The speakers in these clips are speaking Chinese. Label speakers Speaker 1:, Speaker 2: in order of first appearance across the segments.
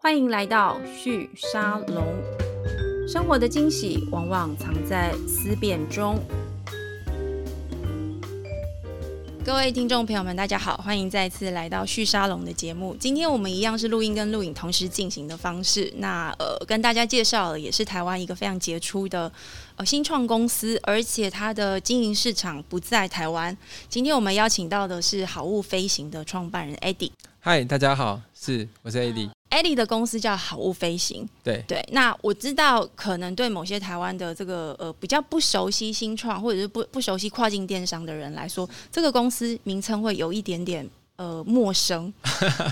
Speaker 1: 欢迎来到旭沙龙。生活的惊喜往往藏在思辨中。各位听众朋友们，大家好，欢迎再次来到旭沙龙的节目。今天我们一样是录音跟录影同时进行的方式。那呃，跟大家介绍了也是台湾一个非常杰出的呃新创公司，而且它的经营市场不在台湾。今天我们邀请到的是好物飞行的创办人 Eddie。
Speaker 2: 嗨，大家好，是我
Speaker 1: 啊
Speaker 2: 是 AD，
Speaker 1: Eddie 的公司叫好物飞行，
Speaker 2: 对
Speaker 1: 对，那我知道，可能对某些台湾的这个呃比较不熟悉新创或者是不不熟悉跨境电商的人来说，这个公司名称会有一点点呃陌 生。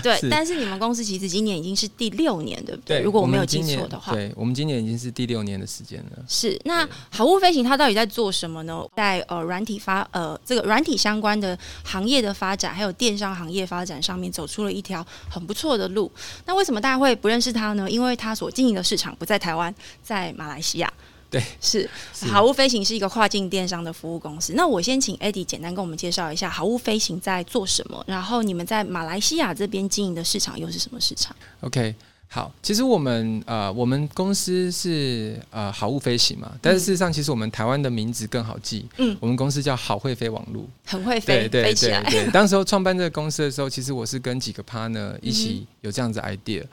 Speaker 1: 对，
Speaker 2: 是
Speaker 1: 但是你们公司其实今年已经是第六年，对不
Speaker 2: 对，
Speaker 1: 如果我没有
Speaker 2: 们
Speaker 1: 记
Speaker 2: 今年
Speaker 1: 错的话。
Speaker 2: 对我们今年已经是第六年的时间了。
Speaker 1: 是，那好物飞行它到底在做什么呢？在呃软体发呃这个软体相关的行业的发展，还有电商行业发展上面走出了一条很不错的路。那为什么大家会不认识它呢？因为它所经营的市场不在台湾，在马来西亚。
Speaker 2: 对，
Speaker 1: 是
Speaker 2: 是
Speaker 1: 好物飞行是一个跨境电商的服务公司。那我先请 Eddie 简单跟我们介绍一下好物飞行在做什么，然后你们在马来西亚这边经营的市场又是什么市场？
Speaker 2: OK，好，其实我们呃，我们公司是呃好物飞行嘛，但是事实上，其实我们台湾的名字更好记，
Speaker 1: 嗯，
Speaker 2: 我们公司叫好会飞网路，
Speaker 1: 很会飞，
Speaker 2: 对对
Speaker 1: 飞起
Speaker 2: 对
Speaker 1: 来。
Speaker 2: 对。当时候创办这个公司的时候，其实我是跟几个 partner 一
Speaker 1: 嗯
Speaker 2: 起有这样子 idea。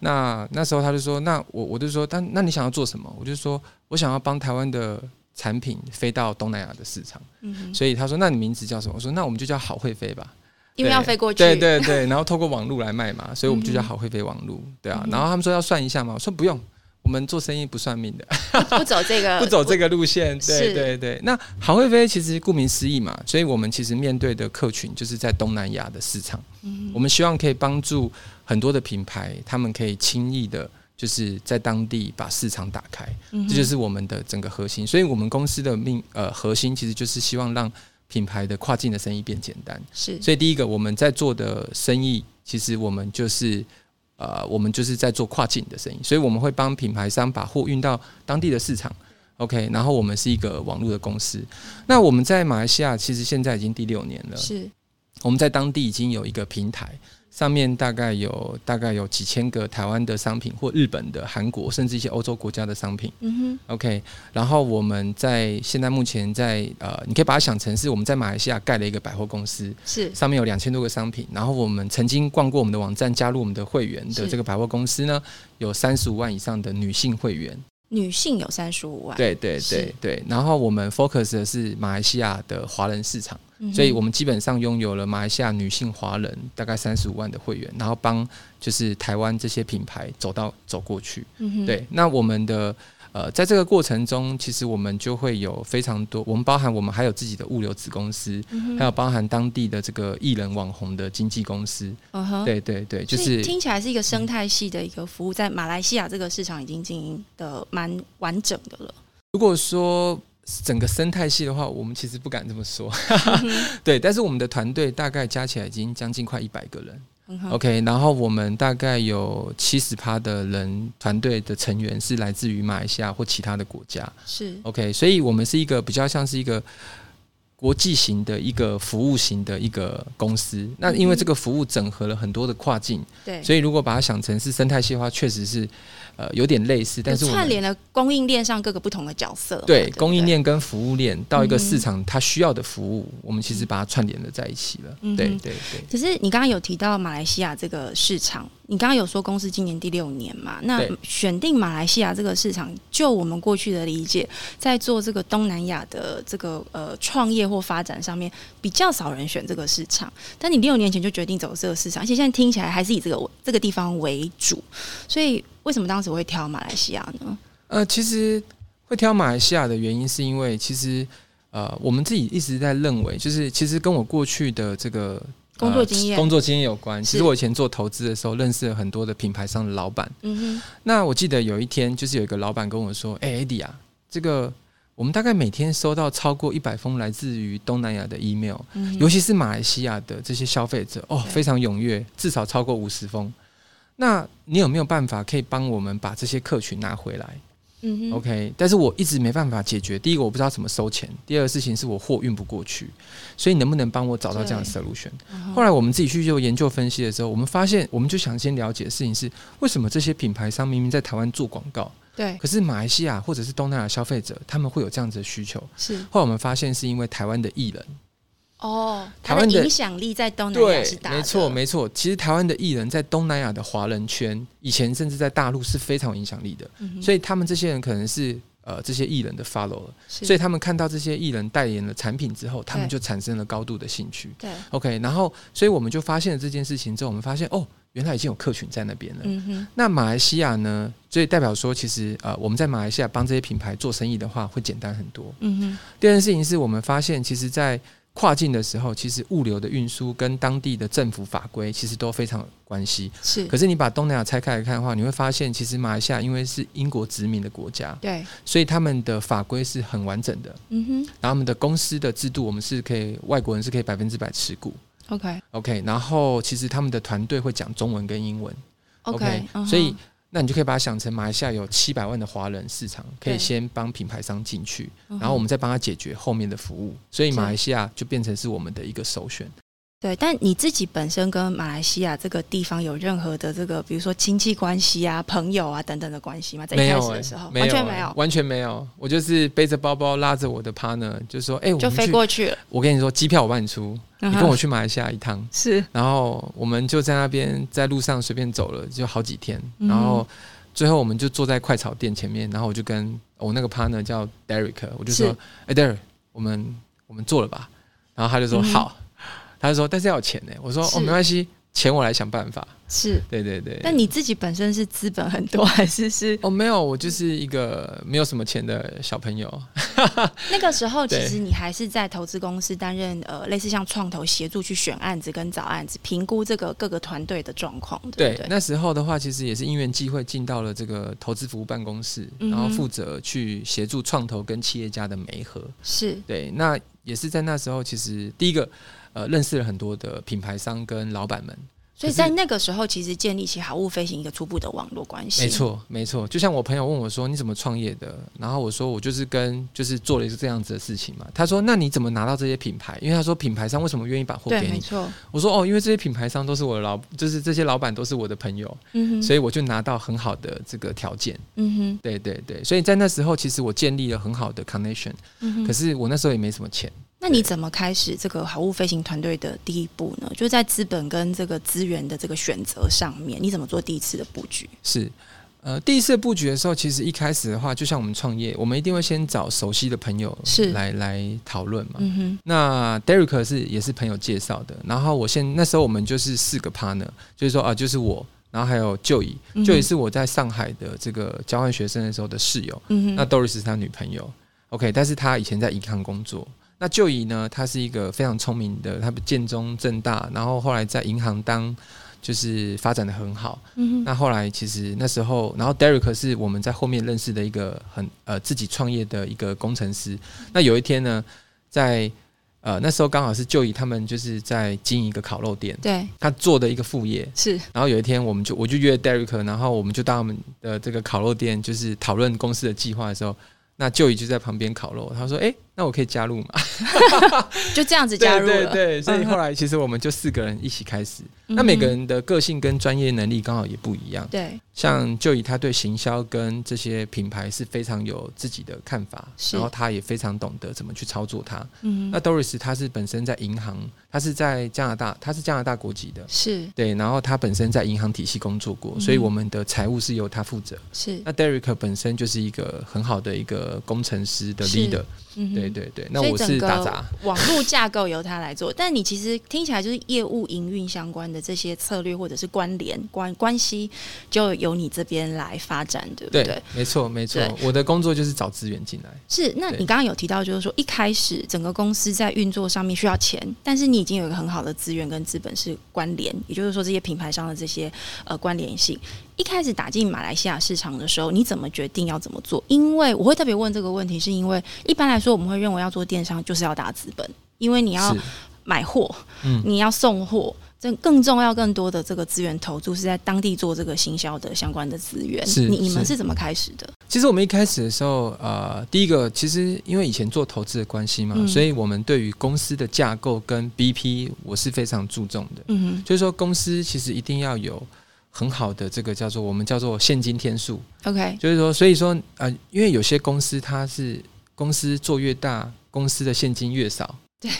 Speaker 2: 那那时候他就说，那我我就说，但那你想要做什么？我就说我想要帮台湾的产品飞到东南亚的市场。
Speaker 1: 嗯哼，
Speaker 2: 所以他说：“那你名字叫什么？”我说：“那我们就叫好会飞吧。
Speaker 1: 因为要飞过”去，嗯
Speaker 2: 对对对， 然后透过网络来卖嘛，所以我们就叫好会飞网络，对啊。然后他们说要算一下嘛，我说不用，我们做生意不算命的，
Speaker 1: 不走这个，
Speaker 2: 不走这个路线。
Speaker 1: 呃是
Speaker 2: 对对对，那好会飞其实顾名思义嘛，所以我们其实面对的客群就是在东南亚的市场，
Speaker 1: 嗯
Speaker 2: 我们希望可以帮助很多的品牌，他们可以轻易的。就是在当地把市场打开，
Speaker 1: 嗯哼，
Speaker 2: 这就是我们的整个核心。所以，我们公司的命呃核心其实就是希望让品牌的跨境的生意变简单。
Speaker 1: 是
Speaker 2: 所以第一个我们在做的生意，其实我们就是呃，我们就是在做跨境的生意，所以我们会帮品牌商把货运到当地的市场。OK，然后我们是一个网络的公司。那我们在马来西亚其实现在已经第六年了，
Speaker 1: 是
Speaker 2: 我们在当地已经有一个平台，上面大概有大概有几千个台湾的商品或日本的、韩国甚至一些欧洲国家的商品。
Speaker 1: 嗯
Speaker 2: OK，然后我们在现在目前在呃，你可以把它想成是我们在马来西亚盖了一个百货公司，
Speaker 1: 哼，是
Speaker 2: 上面有两千多个商品，然后我们曾经逛过我们的网站，加入我们的会员的
Speaker 1: 是
Speaker 2: 这个百货公司呢，有三十五万以上的女性会员。
Speaker 1: 女性有三十五万，
Speaker 2: 对对
Speaker 1: 是
Speaker 2: 对对，然后我们 focus 的是马来西亚的华人市场，
Speaker 1: 嗯哼，
Speaker 2: 所以我们基本上拥有了马来西亚女性华人大概三十五万的会员，然后帮就是台湾这些品牌走到走过去。
Speaker 1: 嗯哼，
Speaker 2: 对，那我们的呃，在这个过程中，其实我们就会有非常多，我们包含我们还有自己的物流子公司，
Speaker 1: 嗯
Speaker 2: 还
Speaker 1: 哼，
Speaker 2: 有包含当地的这个艺人网红的经纪公司。
Speaker 1: 嗯哼，
Speaker 2: 对对对，就
Speaker 1: 所以
Speaker 2: 是
Speaker 1: 听起来是一个生态系的一个服务，在马来西亚这个市场已经经营的蛮完整的了。
Speaker 2: 如果说。整个生态系的话，我们其实不敢这么说，
Speaker 1: 嗯哼
Speaker 2: 对。但是我们的团队大概加起来已经将近快一百个人、
Speaker 1: 嗯哼
Speaker 2: o k 然后我们大概有七十趴的人团队的成员是来自于马来西亚或其他的国家，
Speaker 1: 是
Speaker 2: OK，所以我们是一个比较像是一个国际型的一个服务型的一个公司。那因为这个服务整合了很多的跨境，
Speaker 1: 对，
Speaker 2: 所以如果把它想成是生态系的话，确实是呃有点类似，但是
Speaker 1: 有
Speaker 2: 我
Speaker 1: 串
Speaker 2: 们
Speaker 1: 联了供应链上各个不同的角色嘛，
Speaker 2: 对
Speaker 1: 不
Speaker 2: 供应，链跟服务链到一个市场它需要的服务，我们其实把它串联了在一起了。
Speaker 1: 嗯嗯哼
Speaker 2: 对对对。
Speaker 1: 可是你刚刚有提到马来西亚这个市场，你刚刚有说公司今年第六年嘛？那
Speaker 2: 对
Speaker 1: 选定马来西亚这个市场，就我们过去的理解，在做这个东南亚的这个呃创业或发展上面，比较少人选这个市场。但你六年前就决定走这个市场，而且现在听起来还是以这个这个地方为主，所以为什么当时会挑马来西亚呢？
Speaker 2: 呃，其实会挑马来西亚的原因，是因为其实呃，我们自己一直在认为，就是其实跟我过去的这个呃
Speaker 1: 工作经验
Speaker 2: 工作经验有关。
Speaker 1: 是
Speaker 2: 其实我以前做投资的时候，认识了很多的品牌商的老板。
Speaker 1: 嗯
Speaker 2: 那我记得有一天，就是有一个老板跟我说：“哎、艾迪啊，这个我们大概每天收到超过一百封来自于东南亚的 email，、
Speaker 1: 哼，嗯
Speaker 2: 尤
Speaker 1: 哼，
Speaker 2: 其是马来西亚的这些消费者，哦，
Speaker 1: 对
Speaker 2: 非常踊跃，至少超过五十封。那你有没有办法可以帮我们把这些客群拿回来？
Speaker 1: 嗯哼
Speaker 2: OK，但是我一直没办法解决。第一个我不知道怎么收钱，第二个事情是我货运不过去，所以你能不能帮我找到这样的 solution？
Speaker 1: 嗯
Speaker 2: 后
Speaker 1: 哼
Speaker 2: 来我们自己去做研究分析的时候，我们发现，我们就想先了解的事情是为什么这些品牌商明明在台湾做广告，
Speaker 1: 对
Speaker 2: 可是马来西亚或者是东南亚消费者他们会有这样子的需求。
Speaker 1: 是
Speaker 2: 后来我们发现是因为台湾的艺人，
Speaker 1: 哦，它
Speaker 2: 台
Speaker 1: 的
Speaker 2: 湾的
Speaker 1: 影响力在东南亚是嗯大的，
Speaker 2: 没错没错。其实台湾的艺人在东南亚的华人圈，以前甚至在大陆是非常有影响力的，
Speaker 1: 嗯哼
Speaker 2: 所以他们这些人可能是呃这些艺人的 follower，
Speaker 1: 是
Speaker 2: 所以他们看到这些艺人代言的产品之后，他们
Speaker 1: 对
Speaker 2: 就产生了高度的兴趣。
Speaker 1: 对，
Speaker 2: OK，然后所以我们就发现了这件事情之后，我们发现哦，原来已经有客群在那边了。
Speaker 1: 嗯哼，
Speaker 2: 那马来西亚呢？所以代表说，其实呃，我们在马来西亚帮这些品牌做生意的话，会简单很多。
Speaker 1: 嗯哼，
Speaker 2: 第二件事情是我们发现，其实，在跨境的时候，其实物流的运输跟当地的政府法规其实都非常有关系。
Speaker 1: 是
Speaker 2: 可，是你把东南亚拆开来看的话，你会发现，其实马来西亚因为是英国殖民的国家，
Speaker 1: 对，
Speaker 2: 所以他们的法规是很完整的。
Speaker 1: 嗯
Speaker 2: 然后他们的公司的制度，我们是可以外国人是可以百分之百持股
Speaker 1: 哼，OK
Speaker 2: ，OK。然后其实他们的团队会讲中文跟英文
Speaker 1: OK，嗯哼
Speaker 2: 所以那你就可以把它想成马来西亚有七百万的华人市场，可以
Speaker 1: 对
Speaker 2: 先帮品牌商进去，
Speaker 1: 嗯哼
Speaker 2: 然后我们再帮他解决后面的服务，所以
Speaker 1: 是
Speaker 2: 马来西亚就变成是我们的一个首选。
Speaker 1: 对，但你自己本身跟马来西亚这个地方有任何的这个，比如说亲戚关系啊、朋友啊等等的关系吗？在一
Speaker 2: 没
Speaker 1: 开
Speaker 2: 有
Speaker 1: 始
Speaker 2: 欸
Speaker 1: 的时候，
Speaker 2: 没
Speaker 1: 完全
Speaker 2: 欸
Speaker 1: 没有，
Speaker 2: 完全没有。我就是背着包包拉着我的 partner，就说：“哎、我
Speaker 1: 就
Speaker 2: 们
Speaker 1: 飞
Speaker 2: 去。
Speaker 1: 过嗯去了。”
Speaker 2: 我跟你说，机票我帮你出，
Speaker 1: 你
Speaker 2: 你跟我去马来西亚一趟。
Speaker 1: 是
Speaker 2: 然后我们就在那边在路上随便走了，就好几天。
Speaker 1: 嗯
Speaker 2: 然后最后我们就坐在快炒店前面，然后我就跟我那个 partner 叫 Derek，我就说
Speaker 1: 是：“
Speaker 2: 哎、d e r e k 我们我们做了吧。”然后他就说：“
Speaker 1: 嗯
Speaker 2: 好。”他就说：“但是要有钱呢。”我说：“
Speaker 1: 是
Speaker 2: 哦，没关系，钱我来想办法。
Speaker 1: 是”，
Speaker 2: 对对对。
Speaker 1: 但你自己本身是资本很多， 还是是
Speaker 2: 哦，没有，我就是一个没有什么钱的小朋友。
Speaker 1: 那个时候，其
Speaker 2: 对
Speaker 1: 实你还是在投资公司担任呃类似像创投协助去选案子跟找案子，评估这个各个团队的状况，对
Speaker 2: 对
Speaker 1: 不对？
Speaker 2: 那时候的话，其实也是因缘际会进到了这个投资服务办公室，
Speaker 1: 嗯哼
Speaker 2: 然后负责去协助创投跟企业家的媒合。
Speaker 1: 是
Speaker 2: 对，那也是在那时候，其实第一个呃认识了很多的品牌商跟老板们。
Speaker 1: 所以
Speaker 2: 可是
Speaker 1: 在那个时候，其实建立起好物飞行一个初步的网络关系，
Speaker 2: 没，错，没错。就像我朋友问我说：“你怎么创业的？”然后我说：“我就是跟就是做了一个这样子的事情嘛。”他说：“那你怎么拿到这些品牌？”因为他说品牌商为什么愿意把货
Speaker 1: 对，
Speaker 2: 给
Speaker 1: 没
Speaker 2: 你？
Speaker 1: 错，
Speaker 2: 我说：“哦，因为这些品牌商都是我的老，就是这些老板都是我的朋友，
Speaker 1: 嗯哼，
Speaker 2: 所
Speaker 1: 以
Speaker 2: 以我就拿到很好的这个条件。”
Speaker 1: 嗯哼，
Speaker 2: 对对对，所以在那时候，其实我建立了很好的 connection，、
Speaker 1: 嗯哼
Speaker 2: 可是我那时候也没什么钱。
Speaker 1: 那你怎么开始这个好物飞行团队的第一步呢？就是在资本跟这个资源的这个选择上面，你怎么做第一次的布局？
Speaker 2: 是，呃，第一次布局的时候，其实一开始的话，就像我们创业，我们一定会先找熟悉的朋友
Speaker 1: 是
Speaker 2: 来来讨论嘛。
Speaker 1: 嗯哼，
Speaker 2: 那 Derek 是也是朋友介绍的，然后我现那时候我们就是四个 partner，就是说啊、就是我，然后还有就乙，
Speaker 1: 嗯哼
Speaker 2: 就乙是我在上海的这个交换学生的时候的室友，
Speaker 1: 嗯
Speaker 2: 那
Speaker 1: 哼，
Speaker 2: Doris 是他女朋友，OK，但是他以前在银行工作。那舅姨呢，她是一个非常聪明的，她建中正大，然后后来在银行当就是发展的很好。
Speaker 1: 嗯哼，
Speaker 2: 那后来其实那时候，然后 Derek 是我们在后面认识的一个很呃自己创业的一个工程师。那有一天呢，在呃那时候刚好是舅姨他们就是在经营一个烤肉店，
Speaker 1: 对，
Speaker 2: 他做的一个副业，
Speaker 1: 是，
Speaker 2: 然后有一天，我们就我就约 Derek，然后我们就到他们的这个烤肉店，就是讨论公司的计划的时候，那舅姨就在旁边烤肉。他说：“哎、那我可以加入嘛
Speaker 1: 就这样？”子加入
Speaker 2: 对对
Speaker 1: 了，
Speaker 2: 对，所以
Speaker 1: 嗯哼
Speaker 2: 后来其实我们就四个人一起开始。
Speaker 1: 嗯哼
Speaker 2: 那每个人的个性跟专业能力刚好也不一样，
Speaker 1: 对，
Speaker 2: 像舅姨她对行销跟这些品牌是非常有自己的看法，
Speaker 1: 是
Speaker 2: 然后她也非常懂得怎么去操作它。
Speaker 1: 嗯
Speaker 2: 那
Speaker 1: 哼，
Speaker 2: Doris 她是本身在银行，她是在加拿大，她是加拿大国籍的，
Speaker 1: 是
Speaker 2: 对，然后他本身在银行体系工作过，
Speaker 1: 嗯
Speaker 2: 所以我们的财务是由他负责。
Speaker 1: 是，
Speaker 2: 那 Derek 本身就是一个很好的一个工程师的
Speaker 1: 是
Speaker 2: leader，
Speaker 1: 嗯哼
Speaker 2: 对对对。那
Speaker 1: 所以
Speaker 2: 我
Speaker 1: 整
Speaker 2: 是
Speaker 1: 个
Speaker 2: 打杂，
Speaker 1: 网络架构由他来做， 但你其实听起来就是业务营运相关的这些策略或者是关联关关系，就由你这边来发展，对不对？
Speaker 2: 对，没错没错
Speaker 1: 对。
Speaker 2: 我的工作就是找资源进来，
Speaker 1: 是，那
Speaker 2: 对
Speaker 1: 你刚刚有提到，就是说一开始整个公司在运作上面需要钱，但是你已经有一个很好的资源跟资本是关联，也就是说这些品牌商的这些呃关联性。一开始打进马来西亚市场的时候，你怎么决定要怎么做？因为我会特别问这个问题，是因为一般来说我们会认为要做电商就是要打资本，因为你要
Speaker 2: 是
Speaker 1: 买货，
Speaker 2: 嗯
Speaker 1: 你要送货，这更重要、更多的这个资源投注是在当地做这个行销的相关的资源。
Speaker 2: 是
Speaker 1: 你你们
Speaker 2: 是
Speaker 1: 是怎么开始的？
Speaker 2: 其实我们一开始的时候，呃，第一个其实因为以前做投资的关系嘛，
Speaker 1: 嗯
Speaker 2: 所以我们对于公司的架构跟 BP 我是非常注重的。
Speaker 1: 嗯
Speaker 2: 就是说，公司其实一定要有很好的这个叫做我们叫做现金天数，
Speaker 1: 哼，OK，
Speaker 2: 就是说，所以说呃，因为有些公司它是公司做越大，公司的现金越少。
Speaker 1: 对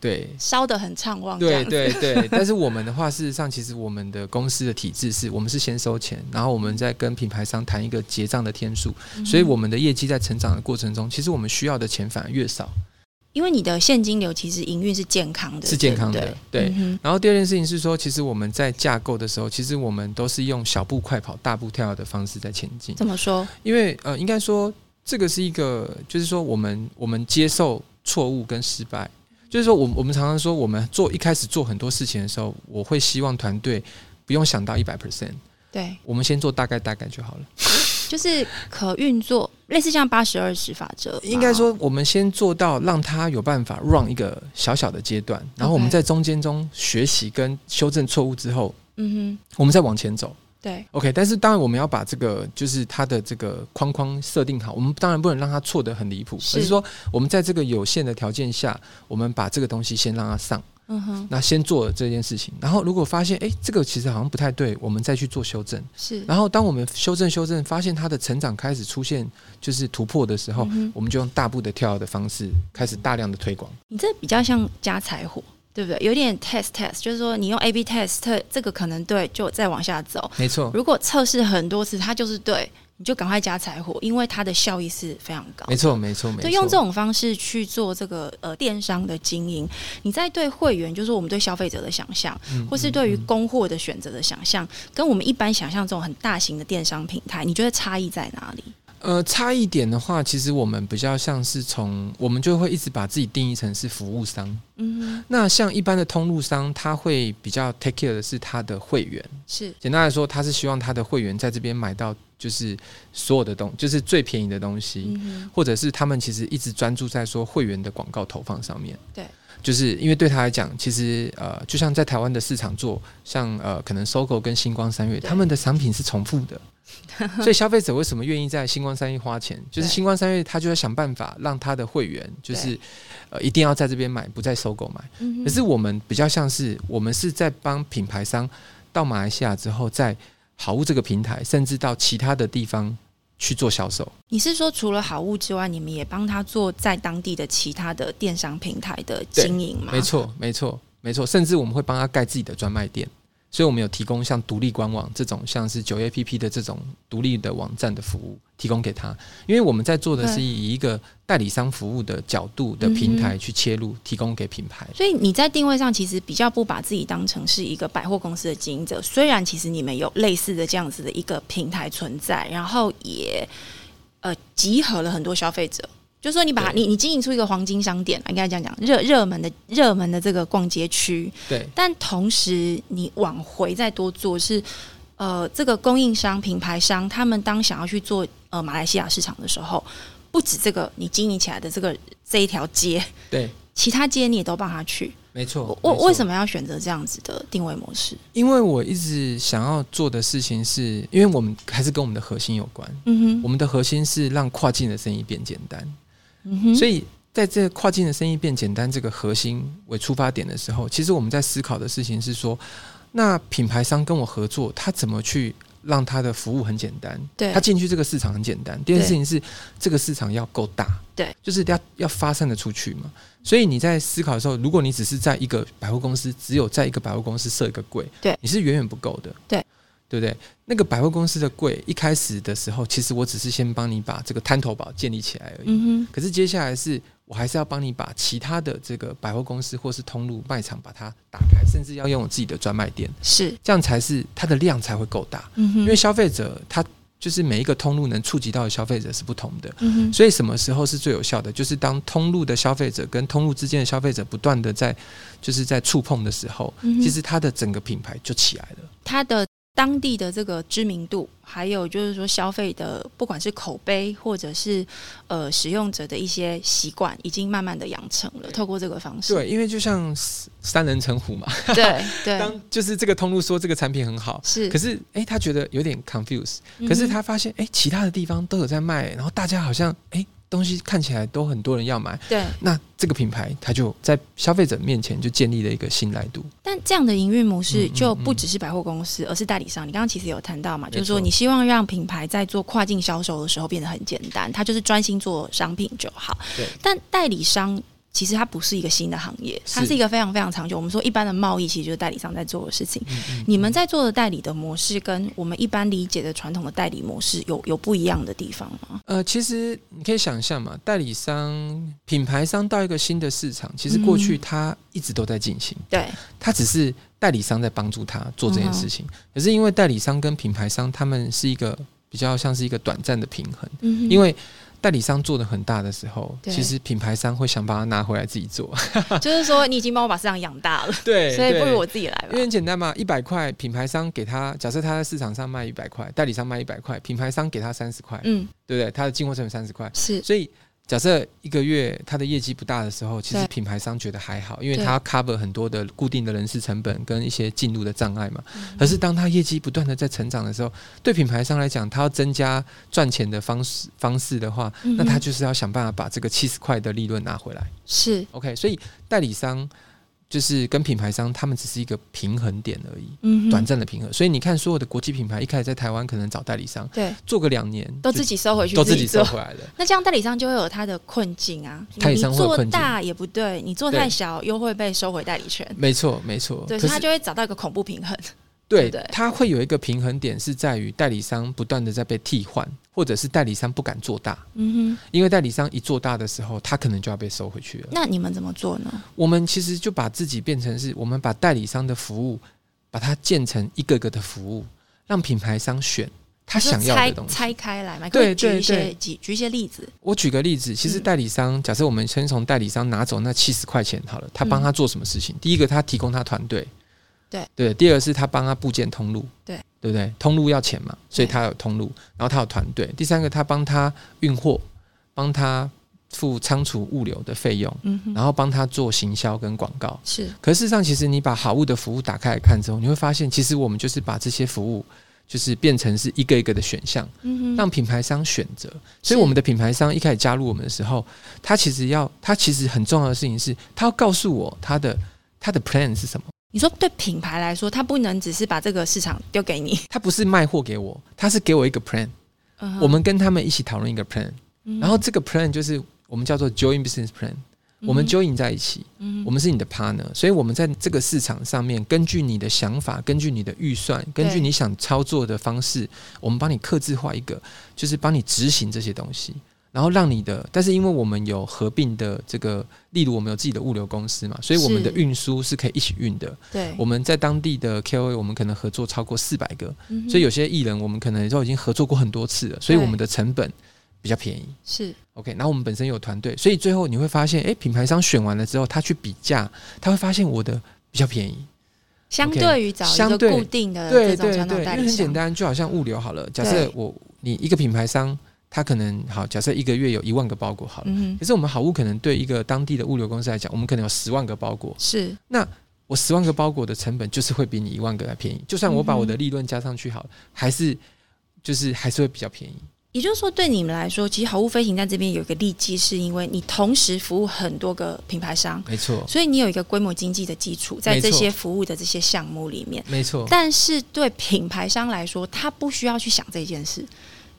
Speaker 2: 对。
Speaker 1: 烧的很畅旺，这
Speaker 2: 对
Speaker 1: 样子
Speaker 2: 对对，但是我们的话，事实上，其实我们的公司的体制是我们是先收钱，然后我
Speaker 1: 嗯
Speaker 2: 们再跟品牌商谈一个结账的天数，所以我们的业绩在成长的过程中，其实我们需要的钱反而越少，
Speaker 1: 因为你的现金流其实营运是健康的，
Speaker 2: 是健康
Speaker 1: 对
Speaker 2: 的
Speaker 1: 不。
Speaker 2: 对
Speaker 1: 对，，嗯
Speaker 2: 然后第二件事情是说，其实我们在架构的时候，其实我们都是用小步快跑、大步跳的方式在前进
Speaker 1: 哼，。怎么说？
Speaker 2: 因为呃，应该说这个是一个，就是说我们我们接受错误跟失败，就是说我我们常常说，我们做一开始做很多事情的时候，我会希望团队不用想到一百 percent，
Speaker 1: 对，
Speaker 2: 我们先做大概大概就好了。
Speaker 1: 就是可运作，类似像八十二十法则吧，
Speaker 2: 应该说，我们先做到让他有办法 run 一个小小的阶段，然后我们
Speaker 1: OK
Speaker 2: 在中间中学习跟修正错误之后，
Speaker 1: 嗯
Speaker 2: 我们再往前走。
Speaker 1: 哼，对，
Speaker 2: OK，但是当然我们要把这个就是它的这个框框设定好，我们当然不能让它错得很离谱，
Speaker 1: 是
Speaker 2: 而是说我们在这个有限的条件下，我们把这个东西先让它上，
Speaker 1: 嗯哼，
Speaker 2: 那先做了这件事情，然后如果发现诶这个其实好像不太对，我们再去做修正。
Speaker 1: 是，
Speaker 2: 然后当我们修正修正，发现它的成长开始出现就是突破的时候，
Speaker 1: 嗯哼
Speaker 2: 我们就用大步的跳的方式开始大量的推广。
Speaker 1: 你这比较像加柴火，对不对？有点 test test，就是说你用 A B test，这个可能对，就再往下走。
Speaker 2: 没错，
Speaker 1: 如果测试很多次它就是对，你就赶快加柴火，因为它的效益是非常高。
Speaker 2: 没错，没错，没错。
Speaker 1: 对，用这种方式去做这个呃电商的经营，你在对会员，就是我们对消费者的想象，
Speaker 2: 嗯
Speaker 1: 或是对于供货的选择的想象，跟我们一般想象这种很大型的电商平台，你觉得差异在哪里？
Speaker 2: 呃，差异点的话，其实我们比较像是从我们就会一直把自己定义成是服务商。
Speaker 1: 嗯，
Speaker 2: 那像一般的通路商，他会比较 take care 的是他的会员。
Speaker 1: 是
Speaker 2: 简单来说，他是希望他的会员在这边买到就是所有的东，就是最便宜的东西。
Speaker 1: 嗯
Speaker 2: 或者是他们其实一直专注在说会员的广告投放上面。
Speaker 1: 对，
Speaker 2: 就是因为对他来讲，其实呃，就像在台湾的市场做，像呃，可能搜狗跟星光三月，
Speaker 1: 对
Speaker 2: 他们的产品是重复 的。所以消费者为什么愿意在星光三月花钱？就是
Speaker 1: 对
Speaker 2: 星光三月，他就要想办法让他的会员，就是
Speaker 1: 对嗯
Speaker 2: 呃，一定要在这边买，不在搜狗买。
Speaker 1: 哼，
Speaker 2: 可是我们比较像是，我们是在帮品牌商到马来西亚之后，在好物这个平台，甚至到其他的地方去做销售。
Speaker 1: 你是说除了好物之外，你们也帮他做在当地的其他的电商平台的经营吗？
Speaker 2: 没，错，没错，没错。甚至我们会帮他盖自己的专卖店，所以我们有提供像独立官网这种，像是九 APP 的这种独立的网站的服务提供给他。因为我们在做的是
Speaker 1: 对
Speaker 2: 以一个代理商服务的角度的平台去切入，提供给品牌。
Speaker 1: 所以你在定位上其实比较不把自己当成是一个百货公司的经营者，虽然其实你们有类似的这样子的一个平台存在，然后也呃集合了很多消费者。就说你把
Speaker 2: 对
Speaker 1: 你你经营出一个黄金商店，应该这样讲，热热门的热门的这个逛街区，
Speaker 2: 对，
Speaker 1: 但同时你往回再多做是，呃，这个供应商、品牌商，他们当想要去做呃马来西亚市场的时候，不止这个你经营起来的这个这一条街，
Speaker 2: 对，
Speaker 1: 其他街你也都帮他去。
Speaker 2: 没错
Speaker 1: 我。哦我为什
Speaker 2: 么？
Speaker 1: 么要选择这样子的定位模式？
Speaker 2: 因为我一直想要做的事情是，因为我们还是跟我们的核心有关。
Speaker 1: 嗯
Speaker 2: 我
Speaker 1: 哼，
Speaker 2: 们的核心是让跨境的生意变简单。
Speaker 1: 嗯哼，
Speaker 2: 所
Speaker 1: 以
Speaker 2: 以在这跨境的生意变简单这个核心为出发点的时候，其实我们在思考的事情是说，那品牌商跟我合作，他怎么去让他的服务很简单？
Speaker 1: 对
Speaker 2: 他进去这个市场很简单。第二件事情是，这个市场要够大，
Speaker 1: 对，
Speaker 2: 就是要要发散的出去嘛。所以你在思考的时候，如果你只是在一个百货公司，只有在一个百货公司设一个柜，
Speaker 1: 对
Speaker 2: 你是远远不够的，
Speaker 1: 对。
Speaker 2: 对不对？那个百货公司的柜一开始的时候，其实我只是先帮你把这个滩头堡建立起来而已。
Speaker 1: 嗯哼，
Speaker 2: 可是接下来是我还是要帮你把其他的这个百货公司或是通路卖场把它打开，甚至要拥有自己的专卖店，
Speaker 1: 是，
Speaker 2: 这样才是它的量才会够大。
Speaker 1: 嗯哼，
Speaker 2: 因为消费者他就是每一个通路能触及到的消费者是不同的，
Speaker 1: 嗯哼，
Speaker 2: 所以什么时候是最有效的？就是当通路的消费者跟通路之间的消费者不断的在就是在触碰的时候，
Speaker 1: 嗯哼
Speaker 2: 其实它的整个品牌就起来了。
Speaker 1: 它的当地的这个知名度，还有就是说消费的，不管是口碑或者是呃使用者的一些习惯，已经慢慢的养成了。透过这个方式，
Speaker 2: 对，因为就像三人成虎嘛，
Speaker 1: 对 对，
Speaker 2: 当 就是这个通路说这个产品很好，
Speaker 1: 是
Speaker 2: 可。是哎、他觉得有点 confuse，
Speaker 1: 嗯
Speaker 2: 可是他发现哎、其他的地方都有在卖，然后大家好像哎、东西看起来都很多人要买，
Speaker 1: 对，
Speaker 2: 那这个品牌它就在消费者面前就建立了一个信赖度。
Speaker 1: 但这样的营运模式
Speaker 2: 嗯嗯嗯
Speaker 1: 就不只是百货公司，而是代理商。你刚刚其实有谈到嘛，就是说
Speaker 2: 没错
Speaker 1: 你希望让品牌在做跨境销售的时候变得很简单，它就是专心做商品就好
Speaker 2: 对。
Speaker 1: 但代理商其实它不是一个新的行业，它
Speaker 2: 是
Speaker 1: 是一个非常非常长久。我们说一般的贸易其实就是代理商在做的事情。
Speaker 2: 嗯嗯，
Speaker 1: 你们在做的代理的模式，跟我们一般理解的传统的代理模式有有不一样的地方吗？
Speaker 2: 呃，其实你可以想象嘛，代理商、品牌商到一个新的市场，其实过去
Speaker 1: 嗯
Speaker 2: 它一直都在进行，
Speaker 1: 对，
Speaker 2: 它只是代理商在帮助他做这件事
Speaker 1: 嗯
Speaker 2: 情。可是因为代理商跟品牌商，他们是一个比较像是一个短暂的平衡，
Speaker 1: 嗯哼，
Speaker 2: 因为。代理商做的很大的时候，
Speaker 1: 对
Speaker 2: 其实品牌商会想把它拿回来自己 做。
Speaker 1: 就是说你已经帮我把市场养大了，
Speaker 2: 对
Speaker 1: 所以不
Speaker 2: 对
Speaker 1: 如我自己来
Speaker 2: 因
Speaker 1: 吧
Speaker 2: 为。很简单嘛，一百块，品牌商给他，假设他在市场上卖一百块，代理商卖一百块，品牌商给他三十块，
Speaker 1: 嗯，
Speaker 2: 对不对？他的进货成本三十块，
Speaker 1: 是
Speaker 2: 所以假设一个月他的业绩不大的时候，其实
Speaker 1: 对
Speaker 2: 品牌商觉得还好，因为
Speaker 1: 对
Speaker 2: 他要 cover 很多的固定的人事成本跟一些进入的障碍嘛。
Speaker 1: 嗯
Speaker 2: 可是当他业绩不断的在成长的时候，对品牌商来讲，他要增加赚钱的方式方式的话，那
Speaker 1: 嗯
Speaker 2: 他
Speaker 1: 哼
Speaker 2: 就是要想办法把这个七十块的利润拿回来。
Speaker 1: 是
Speaker 2: OK，所以代理商就是跟品牌商，他们只是一个平衡点而已，
Speaker 1: 嗯哼
Speaker 2: 短暂的平衡。所以你看，所有的国际品牌一开始在台湾可能找代理商
Speaker 1: 对，
Speaker 2: 做个两年，
Speaker 1: 都
Speaker 2: 就
Speaker 1: 自己收回去，
Speaker 2: 都自己
Speaker 1: 做
Speaker 2: 收。回来了。
Speaker 1: 那这样代理商就会有他的困境啊，你
Speaker 2: 代理商
Speaker 1: 你
Speaker 2: 会有
Speaker 1: 做
Speaker 2: 困境
Speaker 1: 大也不对，你做
Speaker 2: 对
Speaker 1: 太小又会被收回代理权，
Speaker 2: 没错，没错。
Speaker 1: 对，所
Speaker 2: 可
Speaker 1: 以他
Speaker 2: 是
Speaker 1: 就会找到一个恐怖平衡。对
Speaker 2: 对
Speaker 1: 不对
Speaker 2: 它会有一个平衡点，是在于代理商不断的在被替换，或者是代理商不敢做大，
Speaker 1: 嗯哼，
Speaker 2: 因为代理商一做大的时候，他可能就要被收回去了。
Speaker 1: 那你们怎么做呢？
Speaker 2: 我们其实就把自己变成是我们把代理商的服务，把它建成一个个的服务，让品牌商选他想要
Speaker 1: 拆
Speaker 2: 的东西。
Speaker 1: 拆开来嘛，可以
Speaker 2: 对
Speaker 1: 举
Speaker 2: 对
Speaker 1: 一些
Speaker 2: 对
Speaker 1: 举举一些例子。
Speaker 2: 我举个例子，其实
Speaker 1: 嗯
Speaker 2: 代理商，假设我们先从代理商拿走那七十块钱好了，他帮他做什么事情？第一个，他提供他团队，
Speaker 1: 嗯对
Speaker 2: 对；第二个是他帮他部建通路，
Speaker 1: 对
Speaker 2: 对不对？通路要钱嘛，所以
Speaker 1: 对
Speaker 2: 他有通路，然后他有团队。第三个，他帮他运货，帮他付仓储物流的费用，
Speaker 1: 嗯哼，
Speaker 2: 然后帮他做行销跟广告。
Speaker 1: 是
Speaker 2: 可事实上，其实你把好物的服务打开来看之后，你会发现，其实我们就是把这些服务，就是变成是一个一个的选项，
Speaker 1: 嗯哼，
Speaker 2: 让品牌商选择。所以我们的品牌商一开始加入我们的时候，他其实要，他其实很重要的事情是，他要告诉我他的他的 plan 是什么。
Speaker 1: 你说对品牌来说，它不能只是把这个市场丢给你。
Speaker 2: 他不是卖货给我，他是给我一个 plan，、
Speaker 1: 嗯哼
Speaker 2: 我们跟他们一起讨论一个 plan，、
Speaker 1: 嗯
Speaker 2: 然后这个 plan 就是我们叫做 join business plan，、我们 join 在一起，
Speaker 1: 嗯
Speaker 2: 我们是你的 partner，所以我们在这个市场上面，根据你的想法，根据你的预算，根据你想操作的方式，我们帮你克制化一个，就是帮你执行这些东西，然后让你的，但是因为我们有合并的这个，例如我们有自己的物流公司嘛，所以我们的
Speaker 1: 是
Speaker 2: 运输是可以一起运的。
Speaker 1: 对，
Speaker 2: 我们在当地的 KOA，我们可能合作超过四百个，
Speaker 1: 嗯哼
Speaker 2: 所以有些艺人我们可能都已经合作过很多次了，所以
Speaker 1: 对
Speaker 2: 我们的成本比较便宜。
Speaker 1: 是
Speaker 2: OK，然后我们本身有团队，所以最后你会发现，诶，品牌商选完了之后，他去比价，他会发现我的比较便宜。
Speaker 1: 相
Speaker 2: OK，
Speaker 1: 对于找一
Speaker 2: 相
Speaker 1: 个
Speaker 2: 对
Speaker 1: 固定的
Speaker 2: 对
Speaker 1: 呃这
Speaker 2: 对
Speaker 1: 种
Speaker 2: 对，
Speaker 1: 传统
Speaker 2: 因
Speaker 1: 代
Speaker 2: 为
Speaker 1: 理
Speaker 2: 很
Speaker 1: 商
Speaker 2: 简，单，就好像物流好了，假
Speaker 1: 对
Speaker 2: 设我你一个品牌商，他可能好，假设一个月有一万个包裹好了，
Speaker 1: 嗯哼，
Speaker 2: 可是我们好物可能对一个当地的物流公司来讲，我们可能有十万个包裹，
Speaker 1: 是
Speaker 2: 我十万个包裹的成本就是会比你一万个还便宜。就算我把
Speaker 1: 嗯
Speaker 2: 我的利润加上去好了，还是就是还是会比较便宜。
Speaker 1: 也就是说，对你们来说，其实好物飞行在这边有一个利基，是因为你同时服务很多个品牌商，
Speaker 2: 没错，
Speaker 1: 所以你有一个规模经济的基础在
Speaker 2: 没
Speaker 1: 这
Speaker 2: 错
Speaker 1: 些服务的这些项目里面。
Speaker 2: 没错。
Speaker 1: 但是对品牌商来说，他不需要去想这件事，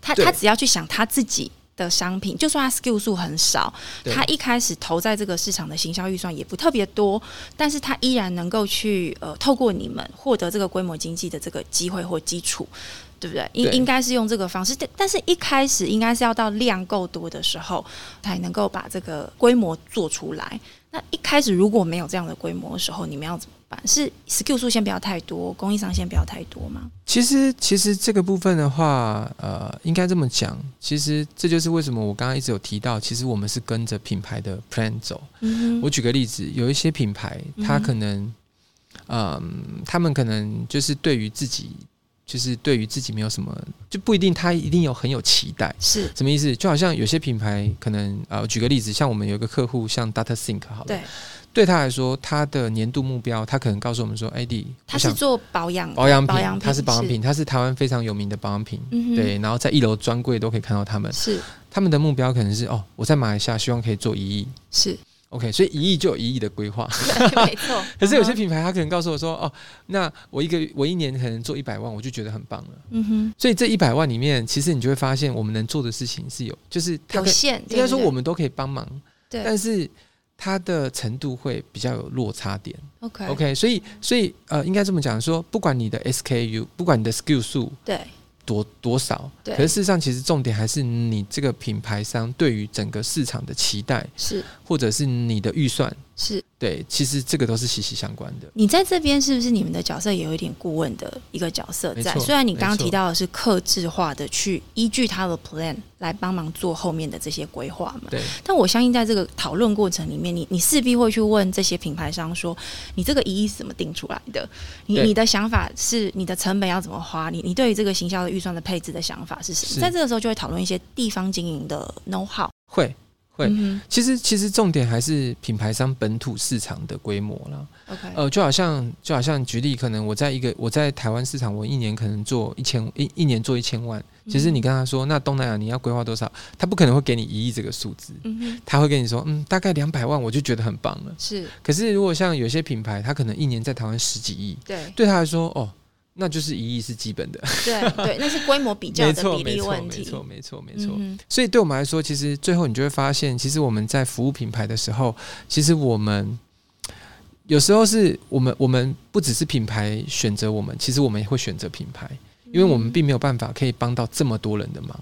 Speaker 1: 他
Speaker 2: 对
Speaker 1: 他只要去想他自己。的商品，就算他 skill 数很少，
Speaker 2: 对
Speaker 1: 他一开始投在这个市场的行销预算也不特别多，但是他依然能够去呃，透过你们获得这个规模经济的这个机会或基础，对不对？应
Speaker 2: 对
Speaker 1: 应该是用这个方式，但但是一开始应该是要到量够多的时候，才能够把这个规模做出来。那一开始如果没有这样的规模的时候，你们要怎么办？是 skill 数先不要太多，供应商先不要太多吗？
Speaker 2: 其实，其实这个部分的话，呃，应该这么讲。其实这就是为什么我刚刚一直有提到，其实我们是跟着品牌的 plan 走。
Speaker 1: 嗯
Speaker 2: 我举个例子，有一些品嗯牌，它可能，嗯、他们可能就是对于自己就是对于自己没有什么，就不一定他一定有很有期待。
Speaker 1: 是，
Speaker 2: 什么意思？就好像有些品牌可能呃，举个例子，像我们有一个客户，像 Data Think 好了，
Speaker 1: 对，
Speaker 2: 对他来说，他的年度目标，他可能告诉我们说，AD，
Speaker 1: 他是做保养，
Speaker 2: 保养品，
Speaker 1: 保养品
Speaker 2: 它是保养
Speaker 1: 是
Speaker 2: 品，它是台湾非常有名的保养品。
Speaker 1: 嗯哼，
Speaker 2: 对，然后在一楼专柜都可以看到他们，
Speaker 1: 是
Speaker 2: 他们的目标可能是哦，我在马来西亚希望可以做一亿
Speaker 1: 是，
Speaker 2: ，OK，所以一亿就有一亿的规
Speaker 1: 嗯
Speaker 2: 划。
Speaker 1: 没错。
Speaker 2: 可是有些品牌他可能告诉我说，哦，那我一个我一年可能做一百万，我就觉得很棒了。
Speaker 1: 嗯哼，
Speaker 2: 所以这一百万里面，其实你就会发现我们能做的事情是有，就是他
Speaker 1: 有
Speaker 2: 可以
Speaker 1: 限，
Speaker 2: 应该说我
Speaker 1: 们
Speaker 2: 们都可以帮忙，
Speaker 1: 对
Speaker 2: 但是它的程度会比较有落差点。
Speaker 1: OK
Speaker 2: OK，所以所以呃，应该这么讲说，不管你的 SKU，不管你的 SKU 数
Speaker 1: 对
Speaker 2: 多多少，
Speaker 1: 对
Speaker 2: 可是事实上其实重点还是你这个品牌商对于整个市场的期待，
Speaker 1: 是
Speaker 2: 或者是你的预算，
Speaker 1: 是。
Speaker 2: 对，其实这个都是息息相关的。
Speaker 1: 你在这边是不是你们的角色也有一点顾问的一个角色
Speaker 2: 没
Speaker 1: 在？
Speaker 2: 错
Speaker 1: 虽然你刚刚
Speaker 2: 没错
Speaker 1: 提到的是克制化的去依据他的 plan 来帮忙做后面的这些规划嘛，
Speaker 2: 对，
Speaker 1: 但我相信在这个讨论过程里面，你你势必会去问这些品牌商说，你这个一亿是怎么定出来的？你
Speaker 2: 对
Speaker 1: 你的想法是你的成本要怎么花？你你对于这个行销的预算的配置的想法是什么？
Speaker 2: 是
Speaker 1: 在这个时候就会讨论一些地方经营的 know how。
Speaker 2: 会。会
Speaker 1: 嗯
Speaker 2: 其实其实重点还是品牌商本土市场的规模啦。
Speaker 1: 哼，OK，
Speaker 2: 呃，就好像就好像举例，可能我在一个我在台湾市场，我一年可能做一千一一年做一千万。其实你跟他说，那东南亚你要规划多少，他不可能会给你一亿这个数字。
Speaker 1: 嗯哼，
Speaker 2: 他会跟你说，嗯，大概两百万，我就觉得很棒了。
Speaker 1: 是
Speaker 2: 可是如果像有些品牌，他可能一年在台湾十几亿，
Speaker 1: 对
Speaker 2: 对他来说，哦，那就是一亿是基本的，
Speaker 1: 对对，那是规模比较
Speaker 2: 没
Speaker 1: 的
Speaker 2: 错，
Speaker 1: 比
Speaker 2: 没
Speaker 1: 例
Speaker 2: 错，
Speaker 1: 问
Speaker 2: 没
Speaker 1: 题，
Speaker 2: 错，没错，没错。
Speaker 1: 嗯哼
Speaker 2: 所以对我们来说，其实最后你就会发现，其实我们在服务品牌的时候，其实我们有时候是我们我们不只是品牌选择我们，其实我们也会选择品牌，
Speaker 1: 嗯
Speaker 2: 因为我们并没有办法可以帮到这么多人的忙。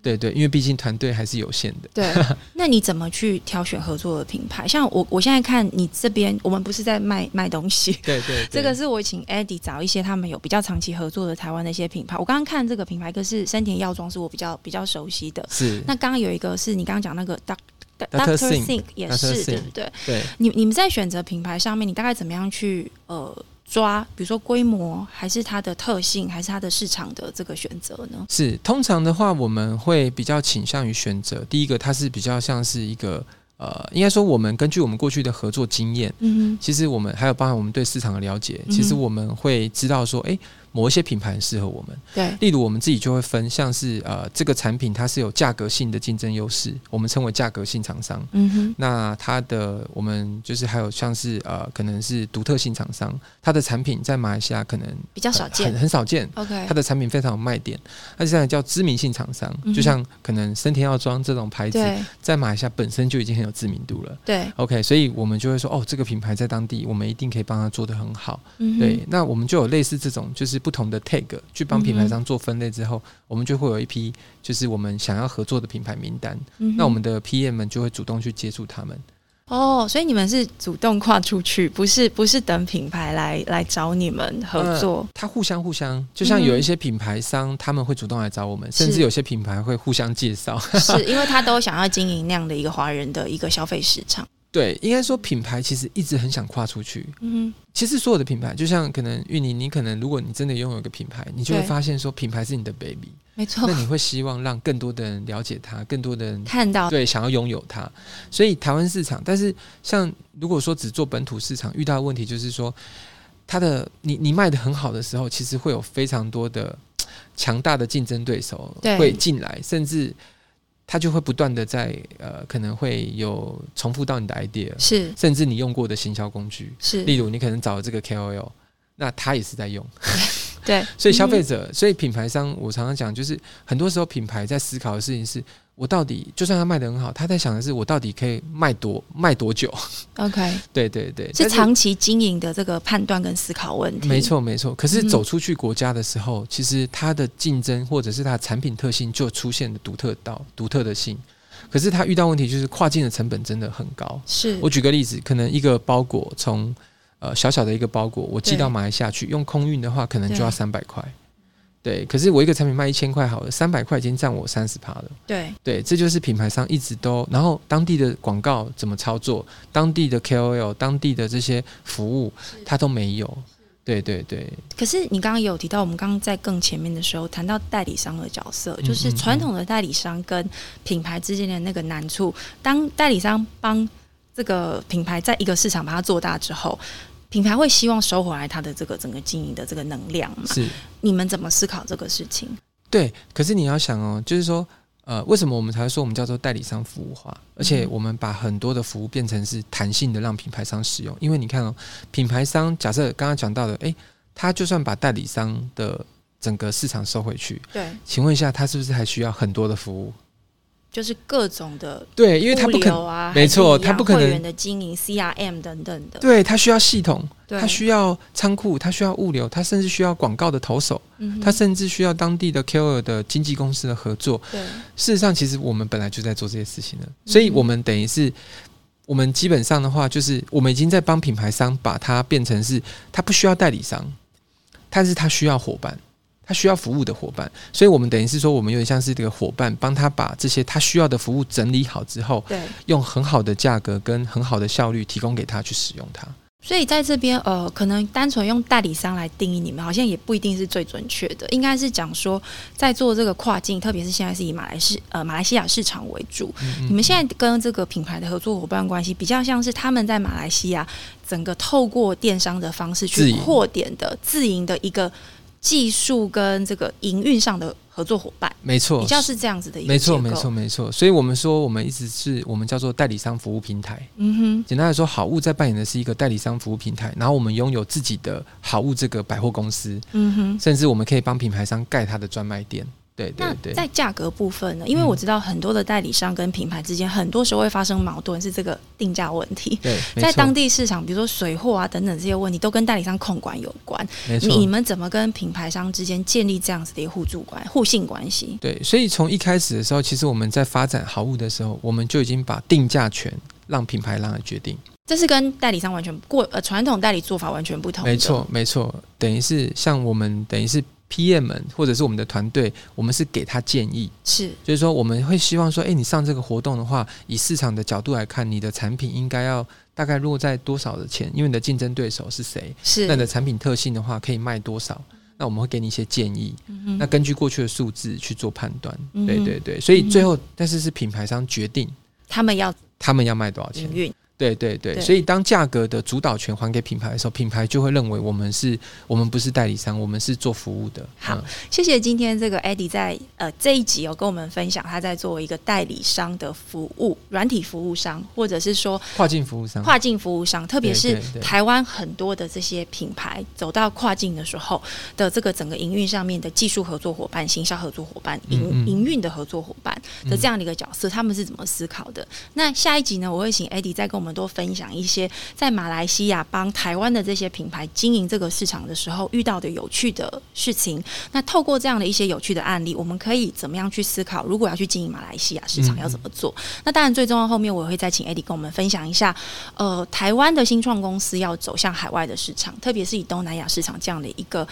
Speaker 2: 对对，因为毕竟团队还是有限的。
Speaker 1: 对，那你怎么去挑选合作的品牌？像我，我现在看你这边，我们不是在卖卖东西，
Speaker 2: 对对对
Speaker 1: 这个是我请 Eddie 找一些他们有比较长期合作的台湾的一些品牌。我刚刚看这个品牌，一个是森田药妆，是我比较比较熟悉的。
Speaker 2: 是
Speaker 1: 那刚刚有一个是你刚刚讲那个 Doc。
Speaker 2: Dr.
Speaker 1: Doctor
Speaker 2: Sink
Speaker 1: Think 也
Speaker 2: Dr.
Speaker 1: 是
Speaker 2: Sink
Speaker 1: 对不对？
Speaker 2: 对。
Speaker 1: 你你们在选择品牌上面，你大概怎么样去呃抓？比如说规模，还是它的特性，还是它的市场的这个选择呢？
Speaker 2: 是，通常的话，我们会比较倾向于选择第一个，它是比较像是一个呃，应该说我们根据我们过去的合作经验，
Speaker 1: 嗯
Speaker 2: 其实我们还有包含我们对市场的了解，其实
Speaker 1: 嗯
Speaker 2: 我们会知道说，诶，某一些品牌很适合我们。
Speaker 1: 哼，对，
Speaker 2: 例如，我们自己就会分，像是呃，这个产品它是有价格性的竞争优势，我们称为价格性厂商。
Speaker 1: 嗯哼，
Speaker 2: 那它的我们就是还有像是呃，可能是独特性厂商，它的产品在马来西亚可能
Speaker 1: 比较
Speaker 2: 很
Speaker 1: 少见
Speaker 2: 很。很少见。
Speaker 1: OK，
Speaker 2: 它的产品非常有卖点，那现在叫知名性厂商，
Speaker 1: 嗯哼
Speaker 2: 就像可能森田药妆这种牌子，
Speaker 1: 对
Speaker 2: 在马来西亚本身就已经很有知名度了。
Speaker 1: 对，
Speaker 2: OK，所以我们就会说，哦，这个品牌在当地，我们一定可以帮它做得很好。
Speaker 1: 嗯哼
Speaker 2: 对，那我们就有类似这种，就是不同的 tag 去帮
Speaker 1: 嗯
Speaker 2: 品牌商做分类之后，我们就会有一批就是我们想要合作的品牌名单。
Speaker 1: 嗯哼
Speaker 2: 那我们的 PM 们就会主动去接触他们。
Speaker 1: 哦，所以你们是主动跨出去，不是不是等品牌来来找你们合 作。
Speaker 2: 它互相互相，就
Speaker 1: 嗯
Speaker 2: 像
Speaker 1: 哼
Speaker 2: 有一些品牌商他们会主动来找我们，甚
Speaker 1: 是
Speaker 2: 至有些品牌会互相介绍。
Speaker 1: 是因为他都想要经营那样的一个华人的一个消费市场。
Speaker 2: 对，应该说品牌其实一直很想跨出去。
Speaker 1: 嗯
Speaker 2: 其实所有的品牌，就像可能芋泥，你可能如果你真的拥有一个品牌，你就会
Speaker 1: 对
Speaker 2: 发现说品牌是你 的 baby，
Speaker 1: 哼，没错
Speaker 2: 那，你会希望让更多的人了解它，更多的人
Speaker 1: 看到
Speaker 2: 对想要拥有它。所以台湾市场，但是像如果说只做本土市场，遇到的问题就是说，它的你你卖的很好的时候，其实会有非常多的嘖强大的竞争对手
Speaker 1: 对
Speaker 2: 会进来，甚至。它就会不断的在呃，可能会有重复到你的 idea，
Speaker 1: 是
Speaker 2: 甚至你用过的行销工具，
Speaker 1: 是，
Speaker 2: 例如你可能找了这个 KOL，那他也是在用，
Speaker 1: 对，
Speaker 2: 所以消费
Speaker 1: 嗯
Speaker 2: 者，所以品牌商，我常常讲，就是很多时候品牌在思考的事情是。我到底，就算他卖的很好，他在想的是我到底可以卖多卖多久？
Speaker 1: OK
Speaker 2: 对对对，
Speaker 1: 是
Speaker 2: 但
Speaker 1: 长期经营的这个判断跟思考问题。
Speaker 2: 没，错没错。可是
Speaker 1: 嗯
Speaker 2: 走出去国家的时候，其实它的竞争或者是它的产品特性就出现了独特到独特的性。可是它遇到问题就是跨境的成本真的很高。
Speaker 1: 是
Speaker 2: 我举个例子，可能一个包裹从呃小小的一个包裹，我寄
Speaker 1: 对
Speaker 2: 到马来西亚去，用空运的话，可能就要
Speaker 1: 对
Speaker 2: 三百块。对，可是我一个产品卖一千块好了，三百块已经占我三十趴了。
Speaker 1: 对
Speaker 2: 对，这就是品牌商一直都，然后当地的广告怎么操作，当地的 KOL、当地的这些服务，它都没有。对对对，
Speaker 1: 可是你刚刚有提到，我们刚刚在更前面的时候谈到代理商的角色，
Speaker 2: 嗯
Speaker 1: 就是传统的代理商跟品牌之间的那个难处。当代理商帮这个品牌在一个市场把它做大之后，品牌会希望收回来它的这个整个经营的这个能量嘛？
Speaker 2: 是，
Speaker 1: 你们怎么思考这个事情？
Speaker 2: 对。可是你要想哦，就是说，呃，为什么我们才会说我们叫做代理商服务化？而且我们把很多的服务变成是弹性的，让品牌商使用。因为你看哦，品牌商假设刚刚讲到的，诶，他就算把代理商的整个市场收回去，
Speaker 1: 对，
Speaker 2: 请问一下，他是不是还需要很多的服务？
Speaker 1: 就是各种的
Speaker 2: 对，因为他
Speaker 1: 物
Speaker 2: 不可能
Speaker 1: 流啊，
Speaker 2: 没错
Speaker 1: 还是一样
Speaker 2: 他不可能
Speaker 1: 会员的经营、CRM 等等的。
Speaker 2: 对他需要系统，
Speaker 1: 对，
Speaker 2: 他需要仓库，他需要物流，他甚至需要广告的投手，
Speaker 1: 嗯哼
Speaker 2: 他甚至需要当地的 KOL 的经纪公司的合作。
Speaker 1: 对
Speaker 2: 事实上，其实我们本来就在做这些事情了，所以我们等于是。我们基本上的话，就是我们已经在帮品牌商把它变成是，他不需要代理商，但是他需要伙伴，他需要服务的伙伴，所以我们等于是说，我们有点像是这个伙伴，帮他把这些他需要的服务整理好之后，
Speaker 1: 对。
Speaker 2: 用很好的价格跟很好的效率提供给他去使用它。
Speaker 1: 所以在这边，呃，可能单纯用代理商来定义你们，好像也不一定是最准确的。应该是讲说，在做这个跨境，特别是现在是以马来西呃马来西亚市场为主，
Speaker 2: 嗯
Speaker 1: 你们现在跟这个品牌的合作伙伴关系，比较像是他们在马来西亚整个透过电商的方式
Speaker 2: 自
Speaker 1: 去
Speaker 2: 营
Speaker 1: 扩点的自营的一个技术跟这个营运上的合作伙伴，
Speaker 2: 没错，
Speaker 1: 比较是这样子的一个
Speaker 2: 没错，
Speaker 1: 结
Speaker 2: 没
Speaker 1: 构
Speaker 2: 错，，没错。所以我们说，我们一直是我们叫做代理商服务平台。
Speaker 1: 嗯
Speaker 2: 简单来说，好物在扮演的是一个代理商服务平台，然后我们拥有自己的好物这个百货公司，
Speaker 1: 哼，嗯哼。
Speaker 2: 甚至我们可以帮品牌商盖他的专卖店。对
Speaker 1: 那
Speaker 2: 对对，
Speaker 1: 在价格部分呢？因为
Speaker 2: 嗯
Speaker 1: 我知道很多的代理商跟品牌之间，很多时候会发生矛盾，是这个定价问题。
Speaker 2: 对，没
Speaker 1: 在
Speaker 2: 错
Speaker 1: 当地市场，比如说水货啊等等这些问题，都跟代理商控管有关。
Speaker 2: 没错，
Speaker 1: 你们怎么跟品牌商之间建立这样子的一个互助关、互信关系？
Speaker 2: 对，所以从一开始的时候，其实我们在发展好物的时候，我们就已经把定价权让品牌商来决定。
Speaker 1: 这是跟代理商完全过呃传统代理做法完全不同的。
Speaker 2: 没错，没错，等于是像我们等于是 PM 们或者是我们的团队，我们是给他建议，
Speaker 1: 是
Speaker 2: 就是说我们会希望说，哎、你上这个活动的话，以市场的角度来看，你的产品应该要大概落在多少的钱？因为你的竞争对手是谁？
Speaker 1: 是
Speaker 2: 那你的产品特性的话，可以卖多少？那我们会给你一些建议，
Speaker 1: 嗯
Speaker 2: 那
Speaker 1: 哼
Speaker 2: 根据过去的数字去做判断。
Speaker 1: 嗯
Speaker 2: 对对对，所以最后，但是是品牌商决定
Speaker 1: 他们要
Speaker 2: 他们要卖多少钱
Speaker 1: 营。运，
Speaker 2: 对对对，
Speaker 1: 嗯对
Speaker 2: 所以当价格的主导权还给品牌的时候，品牌就会认为我们是，我们不是代理商，我们是做服务的。
Speaker 1: 好
Speaker 2: 嗯
Speaker 1: 谢谢今天这个 Eddie 在呃这一集有跟我们分享他在作为一个代理商的服务软体服务商，或者是说
Speaker 2: 跨境服务商，
Speaker 1: 跨境服务商，特别是
Speaker 2: 对对
Speaker 1: 台湾很多的这些品牌走到跨境的时候的这个整个营运上面的技术合作伙伴、行销合作伙伴、
Speaker 2: 嗯
Speaker 1: 营
Speaker 2: 嗯
Speaker 1: 营运的合作伙伴的
Speaker 2: 嗯
Speaker 1: 这样的一个角色，他们是怎么思考的？那下一集呢，我会请 Eddie 再跟我们多分享一些在马来西亚帮台湾的这些品牌经营这个市场的时候遇到的有趣的事情。那透过这样的一些有趣的案例，我们可以怎么样去思考，如果要去经营马来西亚市场
Speaker 2: 嗯
Speaker 1: 要怎么做？那当然，最重要后面我也会再请 Eddie 跟我们分享一下，呃，台湾的新创公司要走向海外的市场，特别是以东南亚市场这样的一个。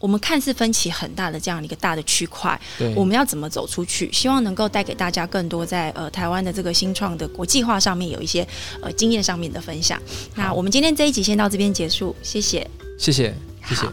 Speaker 1: 我们看似分歧很大的这样的一个大的区块，
Speaker 2: 对，
Speaker 1: 我们要怎么走出去？希望能够带给大家更多在呃台湾的这个新创的国际化上面有一些呃经验上面的分享。那
Speaker 2: 好
Speaker 1: 我们今天这一集先到这边结束，谢谢。
Speaker 2: 谢谢，谢谢
Speaker 1: 好。